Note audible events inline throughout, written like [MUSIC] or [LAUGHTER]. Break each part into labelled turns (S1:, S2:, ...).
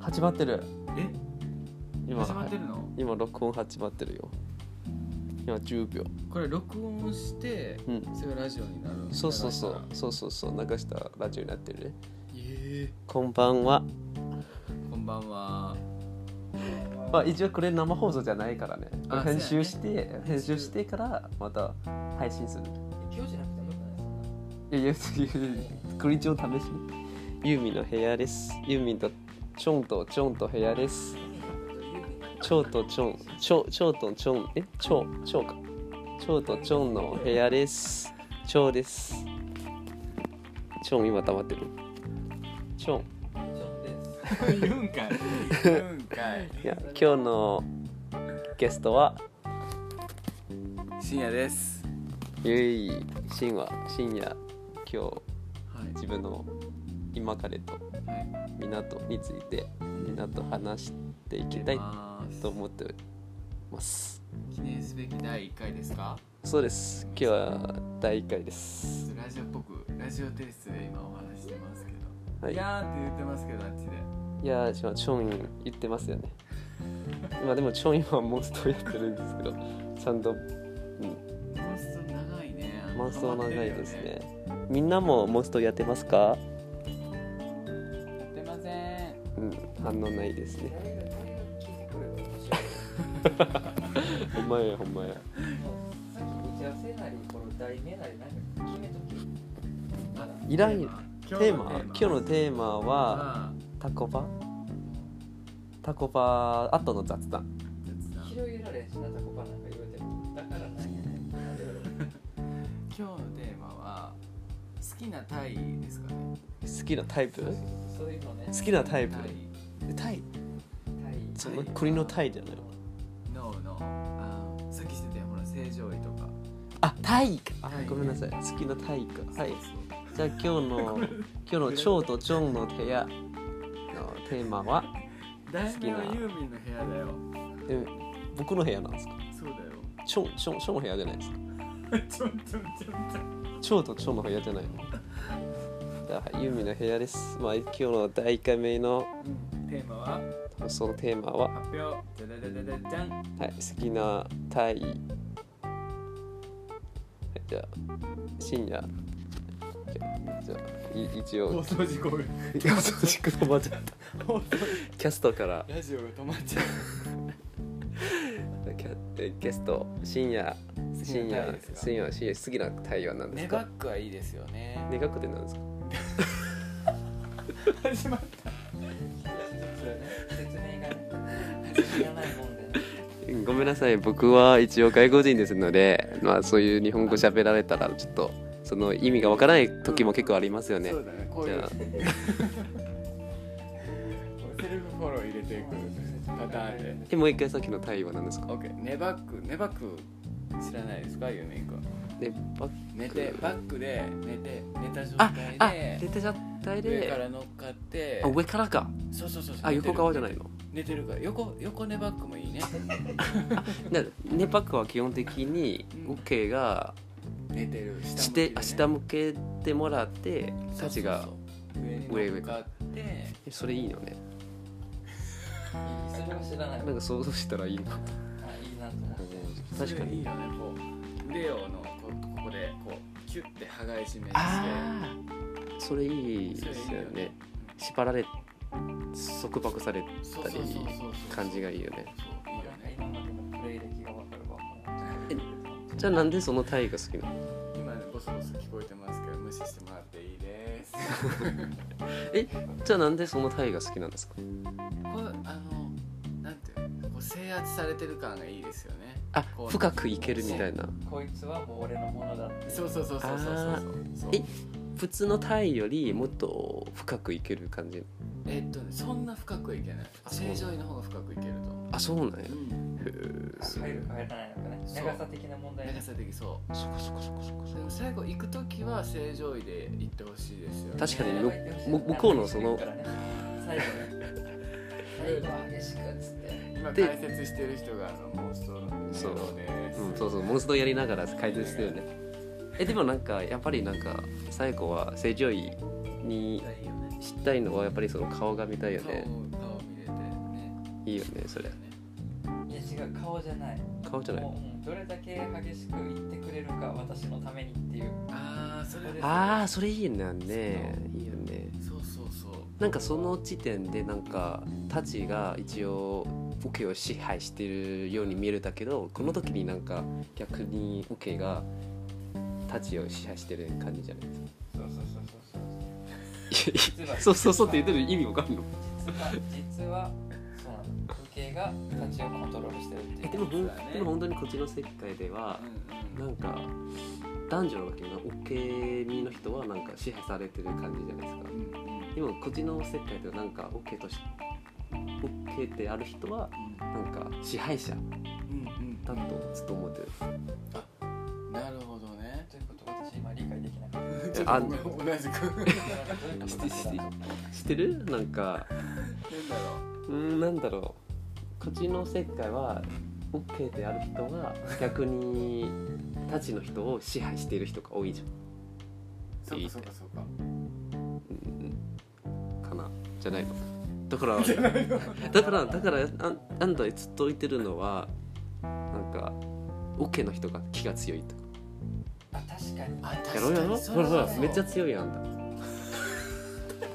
S1: 始まってる
S2: え
S1: 今
S2: 始まってるの
S1: 今録音始まってるよ今10秒
S2: これ録音して
S1: うん
S2: それがラジオになる
S1: そうそうそうそうそうそう流したラジオになってるね
S2: え
S1: こんばんは
S2: ー、こんばんは
S1: まあ一応これ生放送じゃないからね
S2: あ
S1: 編集し
S2: そ
S1: て、編集してからまた配信する
S3: 今日じゃなくてもよくないですか
S1: いやいやこれ一応試しにユーミンの部屋ですユーミンとチョンとチョンと部屋ですチョウとチョンチョチョウとチョンえチョウチョウかチョウとチョンの部屋ですチョウですチョン今溜まってるチョン
S3: ちょっとで
S2: [LAUGHS]
S3: す
S2: 言うんかい言うんかい
S1: いや今日のゲストは
S2: 深夜です
S1: ゆいしんは深夜今日
S2: はい
S1: 自分の今彼と
S2: はい
S1: 港についてみんなと話していきたいと思っております
S2: 記念すべき第一回ですか
S1: そうです今日は第1回です
S2: ラジオっぽくラジオテイストで今お話してますけど、
S1: はい
S2: い、やーって言ってますけどあっちで
S1: いやーちょチョン言ってますよねまあでもチョン今モンストやってるんですけどちゃんと
S2: モンスト長いね
S1: モンスト長いです
S2: ハマってるよ
S1: ねみんなもモンストやってますか
S2: やってません
S1: うん反応ないですね
S3: 誰が誰が聞いてくるの面白い
S1: ほんまやほんまや
S3: さっき打ち合わせなりこの題名なりなんか決めときまだ
S1: いらんよ
S2: テ
S1: テーマ今日のテーマは
S2: は
S1: タコパタコパ後の雑談
S3: 広げられんしなタコパなんか言われてもだからなんやねん
S2: 今日のテーマは好きなタイですかね
S1: 好きなタイプ好
S3: そういうのね
S1: きなタイプ
S2: タイ
S1: タイ
S3: はい
S1: その国のタイじゃないの
S2: ノーのあーさっきしてたよほら正常位とか
S1: あタイかあ
S2: タイ
S1: ごめんなさい好きなタイかはい
S2: そうそう
S1: じゃあ今日の今日の「チョウとチョンの部屋」のテーマは
S2: 題名は
S1: 好きな
S2: ユーミンの部屋だよ
S1: え僕の部屋なんですか
S2: そうだよ
S1: チョンチョンチョンの部屋じゃないですか
S2: [LAUGHS] ちょんちょんちょんちょん
S1: チョウとチョンの部屋じゃないのじゃあユーミンの部屋です、まあ、今日の第1回目の
S2: うんテーマは
S1: 放送のテーマは、
S2: 発表じゃじゃじゃじゃじゃん
S1: はい、好きなタイはいじゃあ深夜じゃあ [LAUGHS] い一応
S2: 放送事故が
S1: いやそうしく止まっちゃった
S2: 放送
S1: キャストから
S2: ラジオが止まっちゃう
S1: キャえゲスト深夜深
S2: 好きなタイ
S1: 夜
S2: ですか
S1: 深夜深夜好きなタイは何です
S2: ネ
S1: か
S2: バックはいいですよね
S1: 願くてなんですか
S2: 始まっ
S3: それね説明がね説明がないもんで
S1: ごめんなさい僕は一応外国人ですのでまあそういう日本語喋られたらちょっとその意味がわからない時も結構ありますよ
S2: た
S1: ね
S2: [LAUGHS] そうだねこう
S1: じ
S2: いう
S1: ゃあ
S2: セルフフォロー入れていくパターンで
S1: えもう一回さっきのタイは何ですか
S2: OK 寝バック寝バック知らないですかユーミン君
S1: でバッ
S2: 寝てバックで寝て寝た状
S1: ああ
S2: 態
S1: 出
S2: で
S1: てちゃった
S2: 上か
S1: で
S2: ら乗っかって
S1: あ上からか
S2: そうそうそうそう
S1: あ
S2: 寝てる
S1: 横側じゃないの
S2: 寝てるから横横寝バックもいいね
S1: でネパックは基本的に
S2: うん
S1: OK が
S2: 寝てる下向き
S1: して
S2: でね
S1: あ下向けてもらって
S2: そう
S1: た
S2: そ
S1: ち
S2: うそう
S1: が
S2: 上に乗っかって
S1: えそれいいよね
S3: それは知らない
S1: なんか想像したらいいな
S3: あいいなと思って
S1: 確かに
S2: それいいよねこう腕をのこうここでこうキュッて剥がれ締めにして
S1: ああそれいいですよね縛られ束縛され
S2: そう
S1: た
S2: そうそうそ
S1: り
S2: う
S1: 感じがいいよね
S2: そういいよね
S3: 今までのプレイ歴が分かるわ
S1: じゃあなんでそのタイが好きなの
S2: 今ボソボソ聞こえてますけど無視してもらってい
S1: [LAUGHS]
S2: いです
S1: えじゃあなんでそのタイが好きなんですか
S2: こうあのなんていうのこう制圧されてる感がいいですよね
S1: あ
S2: こう
S1: 深くいけるみたいな
S3: こいつはもう俺のものだって
S2: そうそうそうそうそう
S1: あ
S2: そうそう
S1: え普通のタイよりもっと深くいける感じ
S2: えっとねそんな深くはいけない
S1: あそう
S2: 正常位の方が深くいけると思
S1: あそうなんや
S2: う、うん、
S1: へえ
S3: 入るか入らないのかね
S2: そう
S3: 長さ的な問題
S2: 長
S3: ね
S2: さ的そ
S1: そこそこそこそこ
S2: うでも最後行く時は正常位で行ってほしいですよね
S1: 確かに
S3: ね
S1: むむ向こうのその
S3: 最後ね最後は激しくっつって
S2: 今
S1: で
S2: 解説してる人があのモンストロ
S1: そう
S2: です、
S1: うん、そうそうモンストやりながら解説してるよねえでもなんかやっぱりなんか最後は正常位に
S2: いいよね
S1: 知ったいのはやっぱりその顔が見たいよ
S2: 顔
S1: ね
S2: を顔を見れる
S1: いいよねそれ
S3: いや違う顔じゃない
S1: 顔じゃない
S3: もううんどれだけ激しく言ってくれるか私のためにっていう
S2: ああそれで
S1: ああそれいいなねいいよね
S2: そうそうそう
S1: なんかその時点でなんかタチが一応オケを支配してるように見えるんだけどこの時になんか逆にオケがタチを支配してる感じじゃない
S3: そうそうそうそうそう
S1: ですか
S3: 実
S1: [LAUGHS]
S3: は
S1: そうそうそうって言ってる意味わかんの
S3: 実は実はそうなの風景が立ちをコントロールしてるっていう
S1: でもほんでも本当にこっちの世界では
S2: うん
S1: なんか男女のわけなオケ身の人はなんか支配されてる感じじゃないですか
S2: うんうん
S1: でもこっちの世界ではなんかオケとしオケってある人はなんか支配者
S2: うんうん
S1: だとずっと思ってる
S2: なるほどね
S3: ということ私今理解できなかっ
S2: ちょっとごめん同じく [LAUGHS]
S3: たど
S1: [LAUGHS]
S3: ういうことだったんだろう
S1: 知ってるなんか
S2: 変だろ
S1: うーんなんだろうこっちの世界は OK である人は逆にたちの人を支配している人が多いじ
S2: そうかそうかそうか
S1: ゃん、うん、かなじゃないのだからだからだからあんあんたずっと言ってるのはなんか OK の人が気が強いとか
S3: あ確かに
S2: あ
S1: やろうやろ
S2: 確
S1: ほ
S2: か
S1: ら
S2: に
S1: ほら
S2: そうそうそう
S1: めっちゃ強いやんだ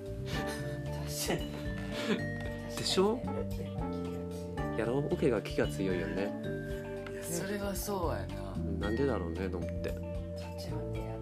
S3: 確かに
S1: でしょ
S3: 確かにね
S1: やろう OK が気が強いよね
S2: いやそれはそうやな
S1: うんなんでだろうねと思って
S3: 立ちはね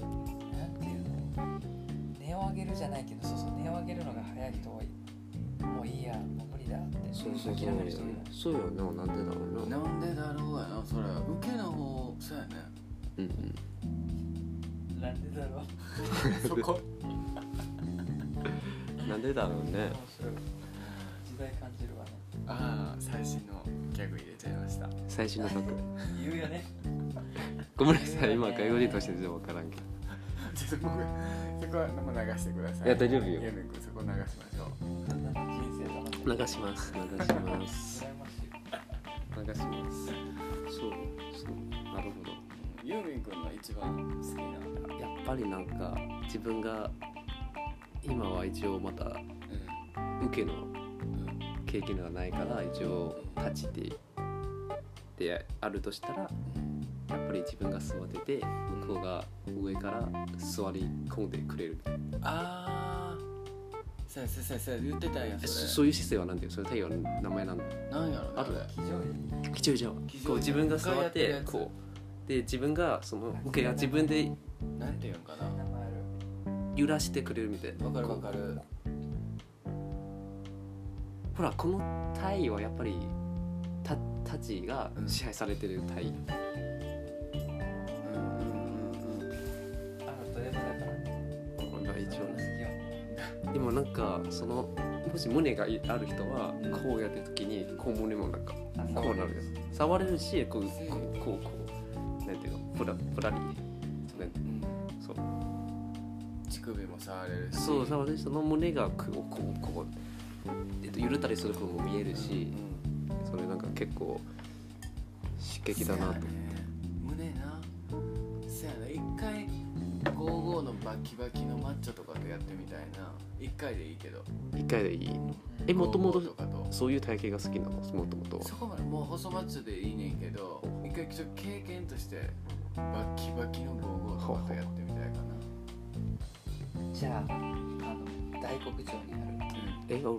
S3: あのねなんていうの値を上げるじゃないけどそうそう値を上げるのが早い人多いもういいやもう無理だって諦める人多いな
S1: そうよねなんでだろうな
S2: なんでだろうやなそれ受けの方そうやね
S1: [LAUGHS] うんうん
S3: なんでだろう
S2: そこ
S1: なんでだろうね
S3: 面白い時代感じるわね
S2: ああ最新のギャグ入れちゃいました
S1: 最新の [LAUGHS] 作
S3: 言うよね
S1: ごめんなさい今外国人として全然分からんけど
S2: ちょっと僕そこはもう流してください
S1: いや大丈夫よ
S2: ゆうみくんそこ流しましょう
S3: 人生楽しい
S1: 流します流します
S3: 羨ましい
S1: 流しますそうそうなる
S2: ゆうみくんの一番好きな
S1: ほどやっぱりなんか自分が今は一応また受けの
S2: うんうん
S1: 経験がないから一応立ちでであるとしたらやっぱり自分が座ってて向こうが上から座り込んでくれる
S2: ああそうやそうやそうや言ってたやん
S1: え
S2: そ
S1: そ
S2: れ
S1: そういう姿勢はなんていうそれ太陽の名前なんだ
S2: なんやろな
S1: ある
S2: れ
S3: 非常に
S1: 貴重じゃん
S2: 貴重
S1: こう自分が
S2: 一回
S1: 座
S2: や
S1: っ
S2: ってる
S1: て
S2: やつ
S1: こうで自分がその受けが自分で
S2: なんていうんかな
S3: 名前ある
S1: 揺らしてくれるみたいな
S2: わかるわかる
S1: ほらこの体位はやっぱりたたちが支配されてる体位、
S2: うんうんうんうん
S3: あのドレスだからね
S1: まあ一応ね
S3: ね
S1: でもなんかそのもし胸がある人はこうやってる時にこう胸もなんかこうなるよ触れるしこうこうこうこうなんていうのプラプラリそうねそう
S2: 乳首も触れるし
S1: そう触れるその胸がこうこうこう、えっと、揺れたりすることも見えるし、
S2: うん
S1: それなんか結構刺激だなと
S2: そうやね胸なそうやな一回55のバキバキのマッチョとかとやってみたいな一回でいいけど
S1: 一回でいいえもともと
S2: 55とかと
S1: そういう体型が好きなのもともとは
S2: そこまでもう細マッチョでいいねんけど一回ちょっと経験としてバキバキの55とかとやってみたいかな
S3: じゃああの大黒町にある
S2: うん
S1: えお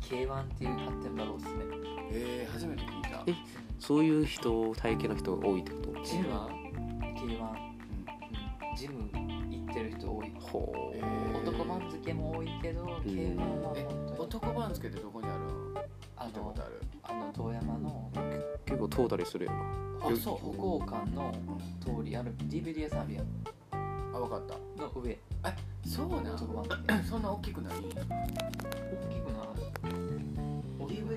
S3: K1 っていう発展場がおすすめ
S2: えー初めて聞いた
S1: えそういう人体型の人が多いってこ
S3: ジムは K1
S2: うん
S3: ジム行ってる人多い
S1: とほ
S2: え
S1: う
S2: ー
S3: 男番付も多いけど K1 は本当に
S2: 男番付ってどこにある
S3: あ
S2: 聞いたこ
S3: の
S2: とある
S3: あの遠山の
S1: 結構通ったりするよな
S3: あそう歩行館の通りあの DVD 屋さんあるやん
S2: あ分かった
S3: の上
S2: そうなん
S3: 男番付
S2: そんな大きくない
S3: 大きくない大きくない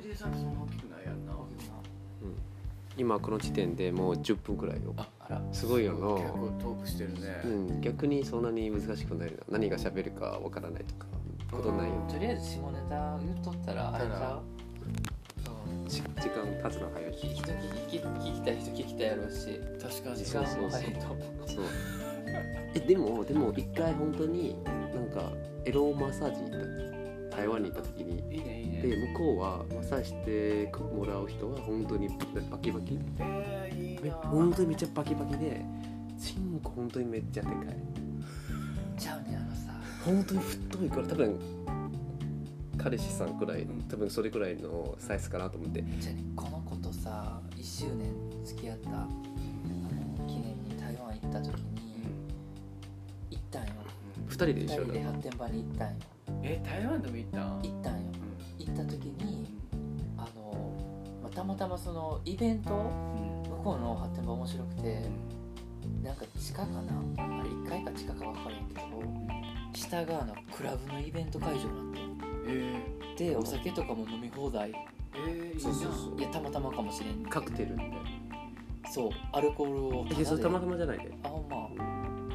S2: DVD さんそんな大きくないやんな
S3: 大きくない
S1: 今この時点でもう10分くらいよ
S2: あ
S3: あら
S1: すごいよ
S2: 結構
S1: な
S2: トークしてるね、
S1: うん、逆にそんなに難しくないな何が喋るかわからないとかことないよ
S3: とりあえず下ネタ言っとったらあれちゃううん
S1: じ時間経つの早いし
S3: 聞きと聞き聞きたい人聞きたいやろうし
S2: 確かに
S3: 時
S1: そ
S3: 間
S1: うそうそう
S3: も早いと思う
S1: そうえでもでも一回本当になんかエロマッサージ行った台湾に行った時に
S2: いいねいいね
S1: で向こうはマッサージしてもらう人は本当にバキバキ
S2: えー、いい
S1: め
S2: な
S1: 本当にめっちゃバキバキでチンコ本当にめっちゃでかい
S3: ちゃうねあのさ
S1: 本当に太いから多分彼氏さんくらい
S2: うん
S1: 多分それくらいのサイズかなと思って
S3: じゃあねこの子とさ1周年付き合ったあの記念に台湾行った時
S2: う
S3: に
S2: ん
S3: 行ったんよ
S1: 2人で
S3: 2
S1: 一緒
S3: 人
S1: だ
S3: で発展場に行ったんよ
S2: うんえ台湾でも行ったん
S3: 行ったんよ行った時にあの、まあたまたまそのイベント
S2: うん
S3: 向こうの発展場面白くて
S2: うん
S3: なんか地下かなあれ1階か地下か分かるんけど下があのクラブのイベント会場になっ
S2: え
S3: てでお酒とかも飲み放題い
S2: ー、えー、いいな
S1: そうそうそう
S3: やたまたまかもしれん
S1: カクテルみたい
S3: そうアルコールを
S1: なでそれ
S3: で
S1: たまたまじゃないで
S3: あほんま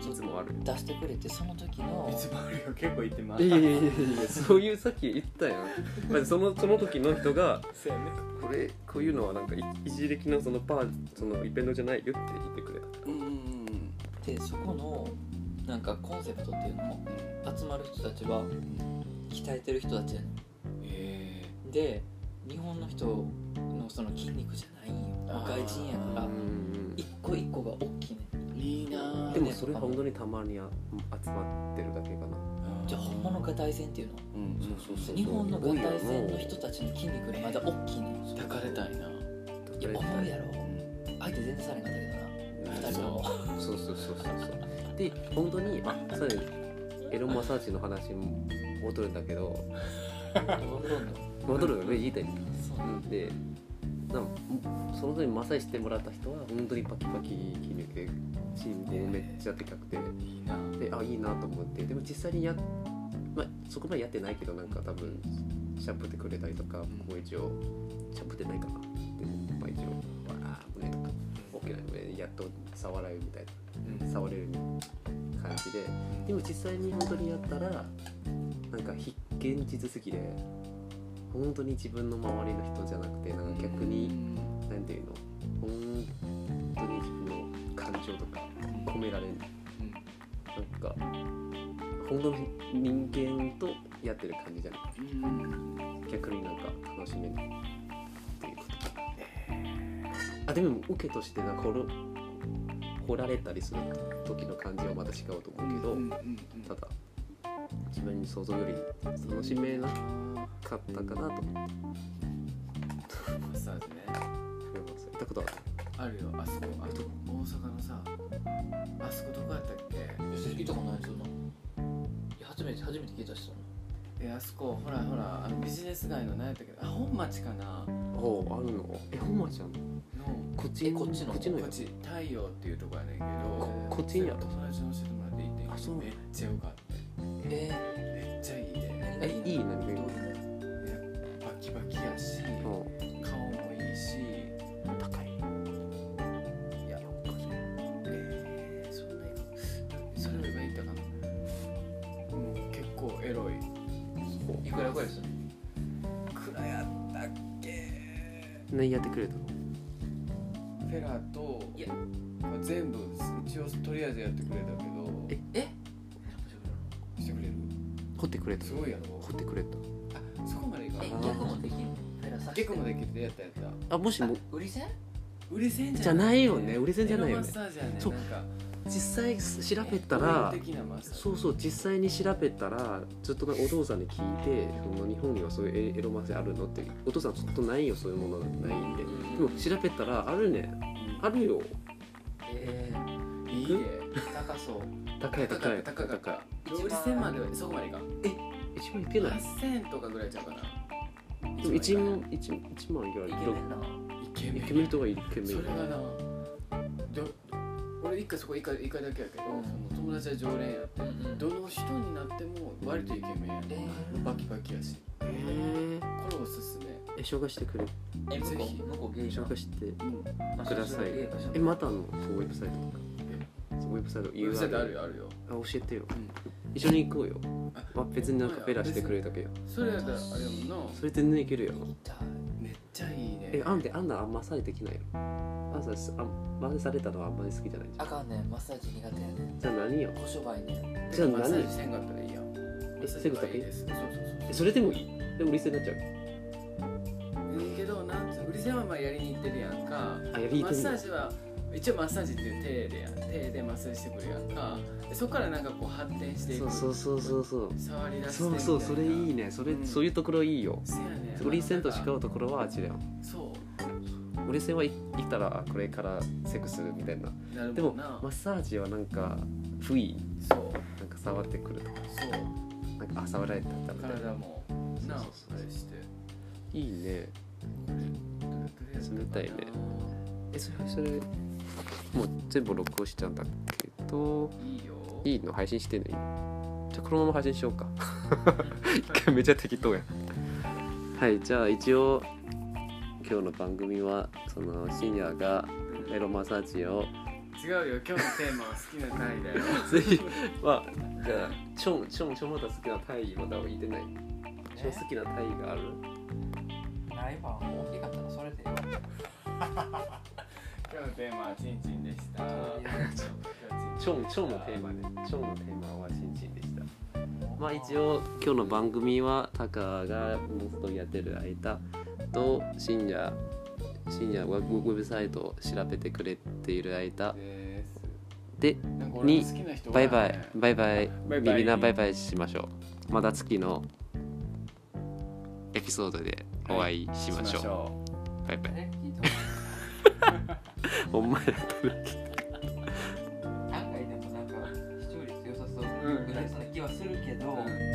S1: いつもある
S3: 出してくれてその時の
S2: いつもあるよ結構行ってま
S1: い
S2: す
S1: やいやいやいやそういうさっき言ったやんまあそのその時の人が
S2: そうやね
S1: これこういうのはなんかい一時的なそのパーそのイベントじゃないよって言ってくれた
S2: うんうんうん
S3: でそこのなんかコンセプトっていうの集まる人たちは鍛えてる人たちやね
S2: え
S3: んで日本の人のその筋肉じゃないんよ
S2: あー
S3: 外人やから一個一個が大きいねん
S2: ー、いいなー
S1: でもそれ本当にたまにあ集まってるだけかな
S3: じゃあ本物が大戦っていうの
S2: うんうん
S1: そうそうそう
S3: 日本の合体戦の人たちの筋肉でまだ大きいねん
S2: 抱かれたいな、う
S3: いや思うやろ
S2: ん、
S3: 相手全然されなかった
S1: うん
S3: けどな2人とも
S1: そうそうそうそうそうで本当にあそうだねエロマッサージの話も戻るんだけど
S3: どんどんどん
S1: 戻るのね言いたい
S3: そうね
S1: でなんかその時にマッサージしてもらった人は本当にパキパキ筋肉でチームもめっちゃでかくて
S2: いいな
S1: であいいなと思ってでも実際にや、まあ、そこまでやってないけどなんか多分シャンプーでくれたりとか
S2: ん
S1: こう一応シャンプーでないかなでまあ一応わあ胸とか大きな胸やっと触られるみたいな触れる感じででも実際に本当にやったらなんか非現実すぎで本当に自分の周りの人じゃなくてなんか逆になんていうの本当に自分の感情とか込められる
S2: うん
S1: なんか本当の人間とやってる感じじゃな
S2: うん
S1: い逆になんか楽しめるっていうことかあでも受けとしてなんか掘る掘られたりする時の感じはまた違うと思うけど、
S2: うんうんうん
S1: ただ自分に想像より楽しめなかったかなと思って
S2: マッサージね
S1: ます行ったことは
S2: あるよあそこあと大阪のさあそこどこやったっけ
S3: 聞いたことないそんないや初めて初めて聞いた人
S2: えあそこほらほらあのビジネス街の何やったっけあ本町かな
S1: おうあるのえほんまちゃん
S2: の
S1: こっ
S3: え
S1: ち
S3: こっちの
S1: こっちの
S2: こ
S1: や
S2: っち太陽っていうとこやねんけど
S1: ここっちにやろ
S2: 友達に教えてもらっていいって
S1: あそう
S2: めっちゃよかった
S3: え
S2: めっちゃいいで
S3: ー、
S1: えいい
S3: の
S1: 何
S3: どう
S1: が
S3: いうの
S2: バキバキやし
S1: うん
S2: 顔もいいし
S1: 高い
S2: いやえー、そんなにそれよりがいいったかなうん結構エロい
S1: そう
S3: いくらぐらいするの
S2: くらやったっけ
S1: 何やってくれたの
S2: フェラと
S3: いや
S2: まあ全部一応とりあえずやってくれたけど
S1: え
S3: え
S2: してくれる
S1: 掘ってくれた
S2: す
S1: の
S2: ごいやろ
S1: 掘ってくれた
S2: あそこまでいか
S3: え
S2: な
S3: 逆もできんのフェラさして
S2: 結構までいけてやったやった
S1: あもしも
S3: 売り線
S2: 売り線
S1: じゃないよね売り線じゃないよ
S2: エロマ
S1: ね
S2: ッサージやね
S1: そう
S2: なんか
S1: 実際調べたら
S2: 本格的なマッサージ
S1: そうそう実際に調べたらずっとねお父さんに聞いてその日本にはそういうエロマッサージあるのってお父さんずっとないよそういうものなんてないんででも調べたらあるねあるよ
S3: え
S2: いいね
S3: ー、高そう
S1: 高い高い
S2: 高かった
S3: 高い
S2: 売り線まではそこまでいかん
S1: 一万いけない
S2: 8000とかぐらいちゃうかな
S1: でも一万一万一万いけ
S3: イ
S1: ない
S3: ケメンな
S2: イケメ
S1: イ
S2: ン
S1: ケメンとかイケメン
S2: それがなど俺一回そこ一回一回だけやけど、
S3: うん
S2: その友達は常連やって
S3: うんうん
S2: どの人になっても割とイケメンやね、
S3: えー
S2: バキバキやし
S1: えー
S2: これおすすめ
S1: え紹介してくれ
S3: え向こう向こうゲイな
S1: 紹介して
S2: うん
S3: まあ
S1: ください
S3: それはゲイかしら
S1: えまたあのそうウェブサイトとかそうウェブサイト
S2: うるさいある
S1: URL
S2: よあるよ、
S1: あ教えてよ
S2: うん、
S1: 一緒に行こうよ
S2: あ
S1: まあ別になんかフェラしてくれるだけよ
S2: それやったらあれやもんな
S1: それ全然いけるよ
S3: 行きたい
S2: めっちゃいいね
S1: えあんであんなあんまされできないよあんさあんまされたのはあんまり好きじゃないじゃ
S3: あ
S1: ん
S3: かんねんマッサージ苦手やねん
S1: じゃあ何よ
S3: 小商売ねん
S1: じゃあ
S2: マッサー
S1: 何
S2: ジせんかったらいいやん
S1: え
S2: 朝日
S1: 背
S2: は
S1: が高
S2: いい
S1: い
S2: ですそうそうそう
S1: えそれでもいいでも売り捨てになっちゃう
S2: うんけどなんつう売り線はまあやりに行ってるやんか
S1: あやりに行
S2: マ
S1: って
S2: ッ
S1: んだ
S2: サージは一応マッサージっていう手でや手でマッサージしてくるやんかでそこからなんかこう発展していく
S1: そうそうそうそうそう
S2: 触り出して
S1: そう
S2: みたいな
S1: そうそれいいねそれ、
S2: うん
S1: そういうところいいよ
S2: せやね
S1: 折り線と違うところは味だよ
S2: そ
S1: 折り線はい、いたらこれからセックスするみたいな
S2: うなる
S1: で
S2: も
S1: も
S2: んな
S1: マッサージはなんか不意
S2: そう
S1: なんか触ってくるとか
S2: そう
S1: なんかあ触られたんだみたいな
S2: 体もな
S1: そうそうそう
S2: あれして
S1: いいね
S2: 冷
S1: 冷たいねえそれそれもう全部録音しちゃうんだけど
S2: いいよい
S1: いいの配信してんのいいじゃあこのまま配信しよう
S2: [LAUGHS]
S1: か一回めちゃ適当やはいじゃあ一応今日の番組はその深夜がエロマッサージを
S2: 違うよ今日のテーマは好きなタ
S1: [LAUGHS]
S2: イだよ
S1: ついはじゃあちょんちょんちょんまた好きなタイまだ言ってないちょん好きなタイがある
S3: ライバーも大きかったのそれでよかった
S2: 今日のテーマはチンチンでした
S1: ちょんちょんのテーマねちょんのテーマはチンチンでしたまあ一応今日の番組はタカがモンストやってる間と深夜深夜はウェブサイトを調べてくれている間
S2: です
S1: で
S2: なんか俺の好きな人
S1: バ
S2: 多い
S1: イ
S2: ね
S1: バイバイバイ
S2: バイバイ
S1: みんなバイバイしましょうまた次のエピソードでお会いしましょう、
S2: しょう
S1: バイバイ
S3: え聞いても
S1: お前
S3: 案外でもなんか視聴率良さそうぐらいそな気はするけど、
S2: うん